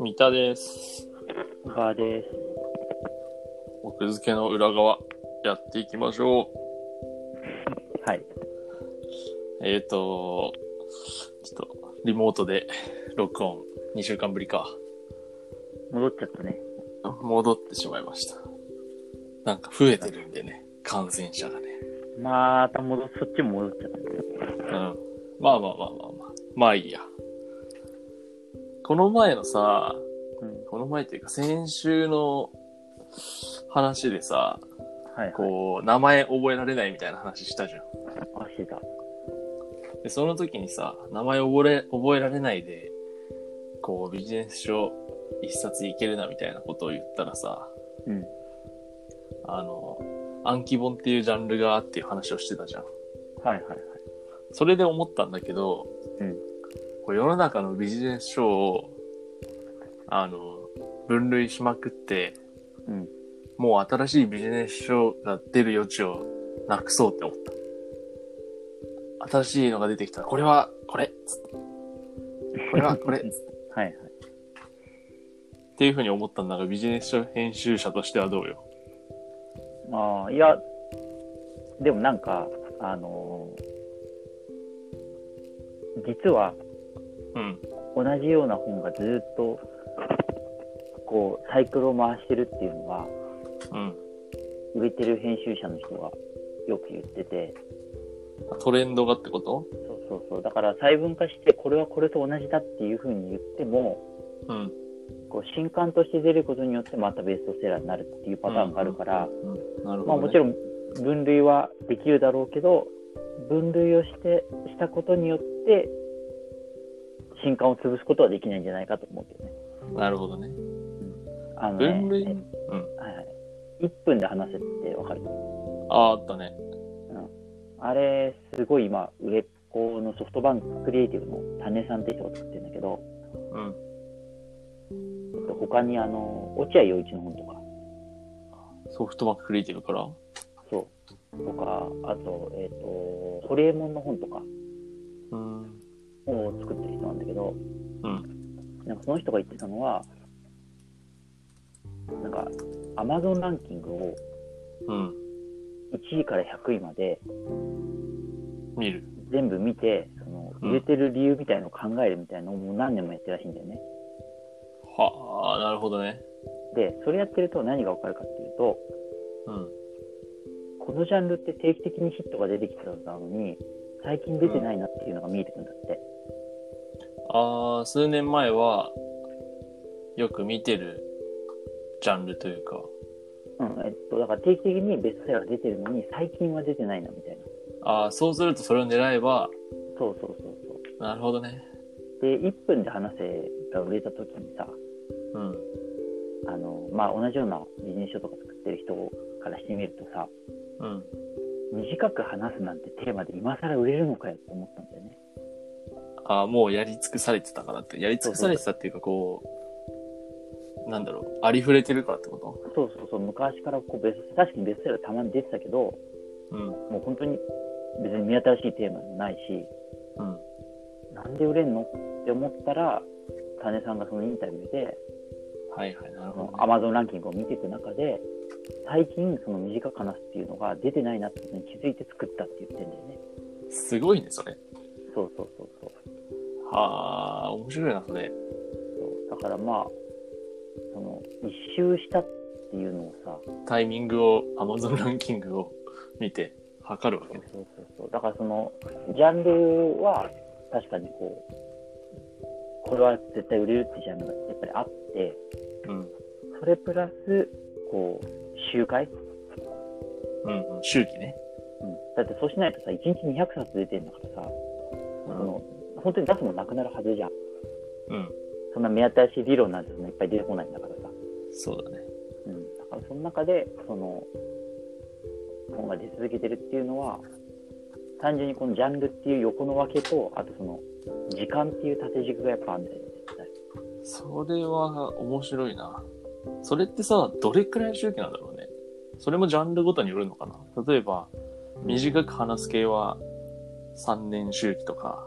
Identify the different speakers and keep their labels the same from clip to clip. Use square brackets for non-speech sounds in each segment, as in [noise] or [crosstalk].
Speaker 1: 三田です。
Speaker 2: バーです。
Speaker 1: 奥付けの裏側、やっていきましょう。
Speaker 2: はい。
Speaker 1: えっ、ー、と、ちょっと、リモートで録音、2週間ぶりか。
Speaker 2: 戻っちゃったね。
Speaker 1: 戻ってしまいました。なんか増えてるんでね、感染者がね。
Speaker 2: また戻っ、そっちも戻っちゃった。
Speaker 1: うん。まあまあまあまあまあ。まあいいや。この前のさ、
Speaker 2: うん。
Speaker 1: この前っていうか先週の話でさ、
Speaker 2: はい、はい。
Speaker 1: こう、名前覚えられないみたいな話したじゃん。
Speaker 2: あ、してた。
Speaker 1: で、その時にさ、名前覚え、覚えられないで、こう、ビジネス書一冊いけるなみたいなことを言ったらさ、
Speaker 2: うん。
Speaker 1: あの、暗記本っていうジャンルがっていう話をしてたじゃん。
Speaker 2: はいはいはい。
Speaker 1: それで思ったんだけど、
Speaker 2: うん
Speaker 1: こう世の中のビジネス書を、あの、分類しまくって、
Speaker 2: うん。
Speaker 1: もう新しいビジネス書が出る余地をなくそうって思った。新しいのが出てきたら、これは、これっつって。これは、これっつって
Speaker 2: はいはい。
Speaker 1: っていうふうに思ったんだが、ビジネス書編集者としてはどうよ。
Speaker 2: ああ、いや、でもなんか、あのー実は
Speaker 1: うん。
Speaker 2: 同じような本がずーっと、こう、サイクルを回してるっていうのは、
Speaker 1: うん。
Speaker 2: 売れてる編集者の人がよく言ってて、
Speaker 1: トレンドがってこと
Speaker 2: そうそうそう。だから細分化して、これはこれと同じだっていうふうに言っても、
Speaker 1: うん。
Speaker 2: こう新刊として出ることによってまたベストセラーになるっていうパターンがあるから、
Speaker 1: うん。なる
Speaker 2: まあ、
Speaker 1: ほど、ね。
Speaker 2: もちろん分類はできるだろうけど分類をしてしたことによって新刊を潰すことはできないんじゃないかと思うけどね。
Speaker 1: なるほどね。
Speaker 2: あのね
Speaker 1: 分類、
Speaker 2: え
Speaker 1: うん。
Speaker 2: はいはい、1分で話せってわかる
Speaker 1: ああ、あったね。
Speaker 2: あれすごい今売れっ子のソフトバンククリエイティブの種さんって人が作ってるんだけど
Speaker 1: うん。
Speaker 2: えっと他にあの落合陽一の本とか
Speaker 1: ソフトバンククリエイティブから。
Speaker 2: そうとかあと,、えっとホリエモンの本とか
Speaker 1: うん。
Speaker 2: を作ってる人なんだけど、
Speaker 1: うん。
Speaker 2: なんかその人が言ってたのは、なんか、アマゾンランキングを
Speaker 1: うん。
Speaker 2: 1位から100位まで
Speaker 1: 見る。
Speaker 2: 全部見て、その
Speaker 1: うん
Speaker 2: 売れてる理由みたいのを考えるみたいなのをもう何年もやってるらしいんだよね。
Speaker 1: はあ、なるほどね。
Speaker 2: で、それやってると何がわかるかっていうと、
Speaker 1: うん。
Speaker 2: このジャンルって定期的にヒットが出てきてたのに、最近出てないなっていうのが見えてくるんだって。
Speaker 1: ああ、数年前は、よく見てるジャンルというか。
Speaker 2: うん、えっと、だから定期的にベストセラーが出てるのに、最近は出てないなみたいな。
Speaker 1: ああ、そうするとそれを狙えば、
Speaker 2: そうそうそうそう。
Speaker 1: なるほどね。
Speaker 2: で、1分で話せが売れた時にさ、
Speaker 1: うん。
Speaker 2: あの、まあ、同じようなビジネス書とか作ってる人からしてみるとさ、
Speaker 1: うん。
Speaker 2: 短く話すなんてテーマで今更売れるのかよって思ったんだよね。
Speaker 1: ああ、もうやり尽くされてたからって。やり尽くされてたっていうか、こう、なんだろう、ありふれてるからってこ
Speaker 2: そうそうそう、昔からこうベスト、確かにベストセラーたまに出てたけど、
Speaker 1: とうん。
Speaker 2: もう本当に別に見新しいテーマでもないし、
Speaker 1: うん。
Speaker 2: なんで売れんのって思ったら、種さんがそのインタビューで、
Speaker 1: はいはい、なる
Speaker 2: そ
Speaker 1: ほ
Speaker 2: の
Speaker 1: ど、ね。
Speaker 2: アマゾンランキングを見ていく中で、最近その短く話すっていうのが出てないなってことに気づいて作ったって言ってんだよね。
Speaker 1: すごいね、それ。
Speaker 2: そうそうそうそう。
Speaker 1: はあ、面白いな、それ。
Speaker 2: そうだからまあその一周したっていうのをさ
Speaker 1: タイミングを、Amazon ランキングを見て、測るわ
Speaker 2: そ
Speaker 1: け
Speaker 2: う
Speaker 1: ね。
Speaker 2: そうそうそうだからそのジャンルは確かにこうこれは絶対売れるってジャンルがやっぱりあって
Speaker 1: うん。
Speaker 2: それプラスこう周回、う
Speaker 1: うん、うん。周期ね。
Speaker 2: ん、だってそうしないとさ1日200冊出てんだからさ、
Speaker 1: う
Speaker 2: そ
Speaker 1: ん。
Speaker 2: の本当に出すもんなくなるはずじゃん
Speaker 1: うん。
Speaker 2: そんな目新しい理論なんてそんないっぱい出てこないんだからさ
Speaker 1: そうだね。
Speaker 2: うん、だからその中でその本が出続けてるっていうのは単純にこのジャンルっていう横の分けとあとその時間っていう縦軸がやっぱあるんだよね絶対
Speaker 1: それは面白いな。それってさ、どれくらいの周期なんだろうね。それもジャンルごとによるのかな。例えば、短く話す系は3年周期とか、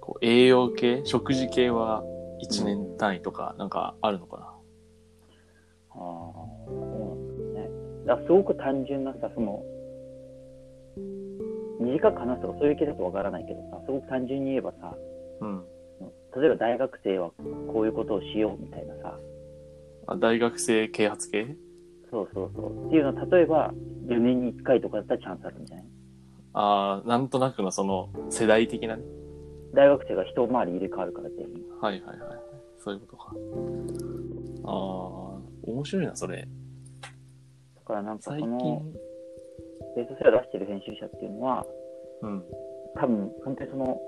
Speaker 1: こう栄養系、食事系は1年単位とか、なんかあるのかな。
Speaker 2: ああ、そうなんですね。だからすごく単純なさ、その、短く話すとかそういう系だとわからないけどさ、すごく単純に言えばさ、
Speaker 1: うん。
Speaker 2: 例えば大学生はこういうことをしようみたいなさ、
Speaker 1: あ大学生啓発系
Speaker 2: そうそうそう。っていうのは、例えば、4年に1回とかだったらチャンスあるんじゃない
Speaker 1: ああ、なんとなくのその世代的なね。
Speaker 2: 大学生が一回り入れ替わるからっていう。
Speaker 1: はいはいはい。そういうことか。ああ、面白いな、それ。
Speaker 2: だからなんかそ
Speaker 1: 最
Speaker 2: の、
Speaker 1: 近。
Speaker 2: ベストセラー出してる編集者っていうのは、
Speaker 1: うん。
Speaker 2: 多分、本当にその、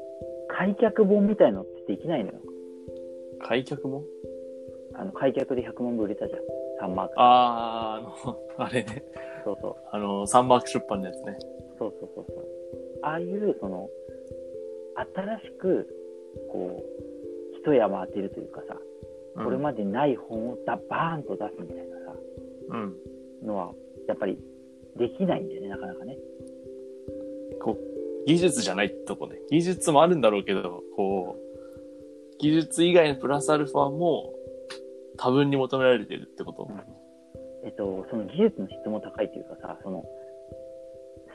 Speaker 2: 開脚本みたいのってできないのよ。
Speaker 1: 開脚も
Speaker 2: あの、開脚で100万部売れたじゃん。3マーク。
Speaker 1: ああ、あの、あれね。
Speaker 2: そうそう。
Speaker 1: あの、サンマーク出版のやつね。
Speaker 2: そうそうそうそう。ああいう、その、新しく、こう、一山当てるというかさ、これまでない本をだバーンと出すみたいなさ、
Speaker 1: うん。
Speaker 2: のは、やっぱり、できないんだよね、なかなかね。
Speaker 1: こう、技術じゃないってとこね。技術もあるんだろうけど、こう、技術以外のプラスアルファも多分に求められてるってこと。
Speaker 2: えっと、その技術の質も高いというかさ、その、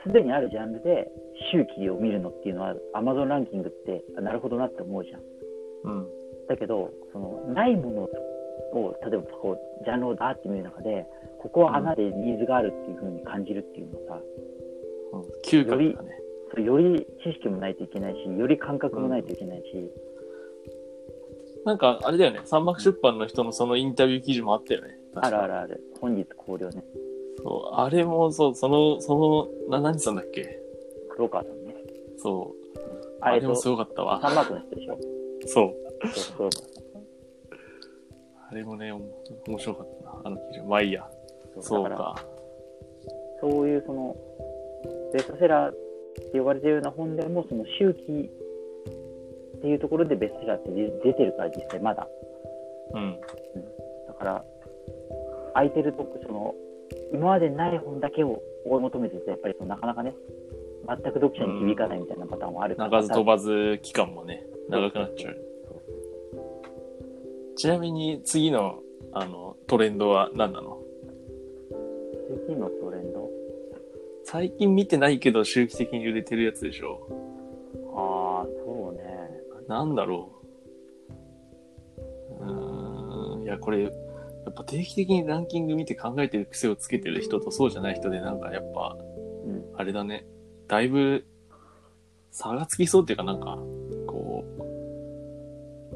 Speaker 2: すでにあるジャンルで周期を見るのっていうのは、アマゾンランキングって、あなるほどなって思うじゃん。
Speaker 1: うん。
Speaker 2: だけど、その、ないものを、例えばこう、ジャンルをダーって見る中で、ここは穴でニーズがあるっていう風に感じるっていうのはさ、
Speaker 1: うん嗅覚だね。
Speaker 2: それより知識もないといけないし、より感覚もないといけないし、
Speaker 1: なんか、あれだよね。三幕出版の人のそのインタビュー記事もあったよね。
Speaker 2: あるあ
Speaker 1: る。
Speaker 2: るある。本日考慮ね、
Speaker 1: そう。あれも、そう、その、その、な、何さんだっけ
Speaker 2: 黒川さんね。
Speaker 1: そう。
Speaker 2: あ
Speaker 1: あ
Speaker 2: えっ
Speaker 1: れ
Speaker 2: と、
Speaker 1: もす
Speaker 2: サ
Speaker 1: ごかったわ。
Speaker 2: ンマークの人でしょ。
Speaker 1: そう。
Speaker 2: そう黒川さん
Speaker 1: あれもね、おも面白かったな。あの記事。まあいいや。
Speaker 2: そう
Speaker 1: そう
Speaker 2: だから
Speaker 1: か。
Speaker 2: そういうそのベストセラーって呼ばれてるような本でもその周期っていうところでベストセラーって出出てるから実際まだ
Speaker 1: うん。
Speaker 2: だから空いてるとこその今までない本だけを追い求めててやっぱりそのなかなかね全く読者に響かないみたいなパターンはあるから、
Speaker 1: 鳴かず飛ばず期間もね、長くなっちゃう。ちなみに次の、あの、トレンドは何なの
Speaker 2: 次のトレンド
Speaker 1: 最近見てないけど周期的に売れてるやつでしょ。
Speaker 2: ああそうね
Speaker 1: なんだろう。うーん、いや、これ、やっぱ定期的にランキング見て考えてる癖をつけてる人とそうじゃない人でなんかやっぱ、
Speaker 2: うん
Speaker 1: あれだね、だいぶ差がつきそうっていうかなんか、こ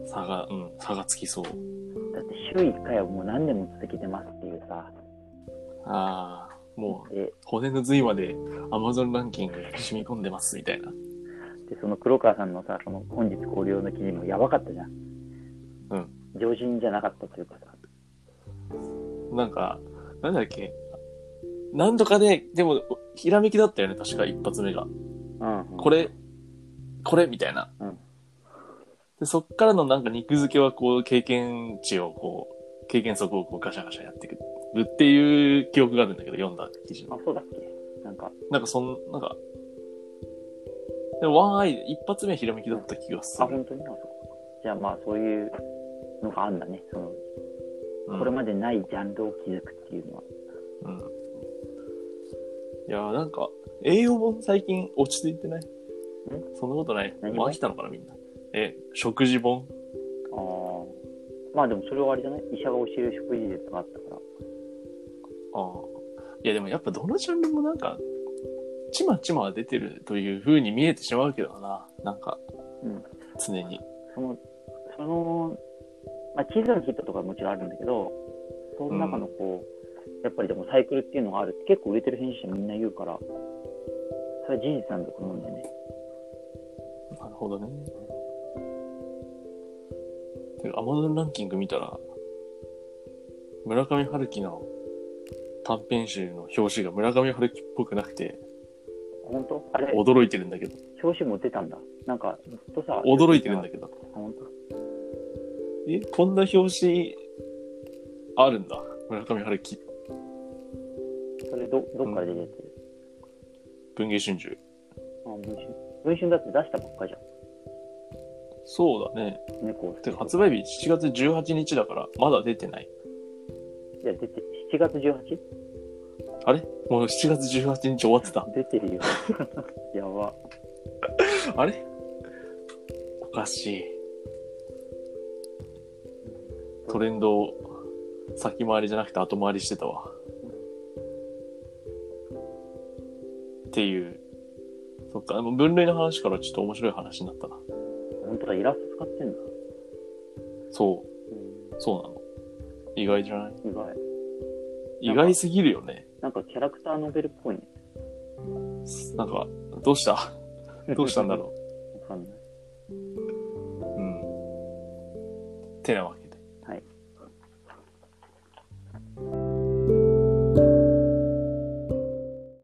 Speaker 1: う、差が、うん、差がつきそう。
Speaker 2: だって週1回はもう何年も続けてますっていうさ
Speaker 1: ああ、もう
Speaker 2: で
Speaker 1: 骨の髄まで Amazon ランキングに染み込んでますみたいな。
Speaker 2: でその黒川さんのさその本日考慮の記事もやばかったじゃん
Speaker 1: うん
Speaker 2: 常人じゃなかったというかさ
Speaker 1: なんか、なんだっけ。なんとかで、でも、ひらめきだったよね、確か一発目が。
Speaker 2: うん
Speaker 1: これ、これみたいな。
Speaker 2: うん
Speaker 1: で、そっからのなんか肉付けはこう、経験値をこう、経験則をこうガシャガシャやっていくっていう記憶があるんだけど、読んだ記事の
Speaker 2: あそうだっけなんか
Speaker 1: なんかそん、なんか、でもワンアイで、一発目はひらめきだった気がす
Speaker 2: あ
Speaker 1: る。
Speaker 2: 本当にあそうかじゃあまあそういうのがあんだねその
Speaker 1: うん
Speaker 2: これまでないジャンルを築くっていうのは、
Speaker 1: うん。いやーなんか、栄養本最近落ち着いてないそんなことない。
Speaker 2: 何
Speaker 1: もう
Speaker 2: 本
Speaker 1: 飽きたのかな、みんな。え、食事本
Speaker 2: ああまあでもそれはあれじゃない医者が教える食事術があったから
Speaker 1: ああ。いや、でもやっぱどのジャンルもなんか、ちまちま出てるという風に見えてしまうけどな。なんか、
Speaker 2: うん
Speaker 1: 常に。
Speaker 2: そのその、まあ、小さなヒットとかもちろんあるんだけどその中のこう、やっぱりでもサイクルっていうのがあるって結構売れてる編集者みんな言うからそれは事実なんだと思うんだよね
Speaker 1: なるほどね。てか、アマゾンランキング見たら、村上春樹の短編集の表紙が村上春樹っぽくなくて、
Speaker 2: 本当あれ
Speaker 1: 驚いてるんだけど、
Speaker 2: 表紙も出たんだなんかずっとさ
Speaker 1: 驚いてるんだ
Speaker 2: け
Speaker 1: けど、
Speaker 2: ど本当
Speaker 1: え、こんな表紙あるんだ。村上春樹。
Speaker 2: それれど、どっから出てってる、
Speaker 1: 文藝春秋。
Speaker 2: あ文春。文春だって出したばっかじゃ
Speaker 1: そうだね。
Speaker 2: ん。猫を捨
Speaker 1: て
Speaker 2: て
Speaker 1: か発売日7月18日だから、まだ出てない。
Speaker 2: いや、出て、7月 18?
Speaker 1: あれもう7月18日終わってた。
Speaker 2: 出てるよ。 [laughs] やば。
Speaker 1: [laughs] あれおかしい。トレンドを先回りじゃなくて後回りしてたわ。っていう。そっか、あの分類の話からちょっと面白い話になったな。
Speaker 2: 本当だ、イラスト使ってんだ。
Speaker 1: そう、そうなの。意外じゃない
Speaker 2: 意外。
Speaker 1: 意外すぎるよね。
Speaker 2: なんかキャラクターノベルっぽいね。
Speaker 1: なんか、どうしたどうしたんだろ
Speaker 2: う。わかんない。
Speaker 1: う。うん。てなわけ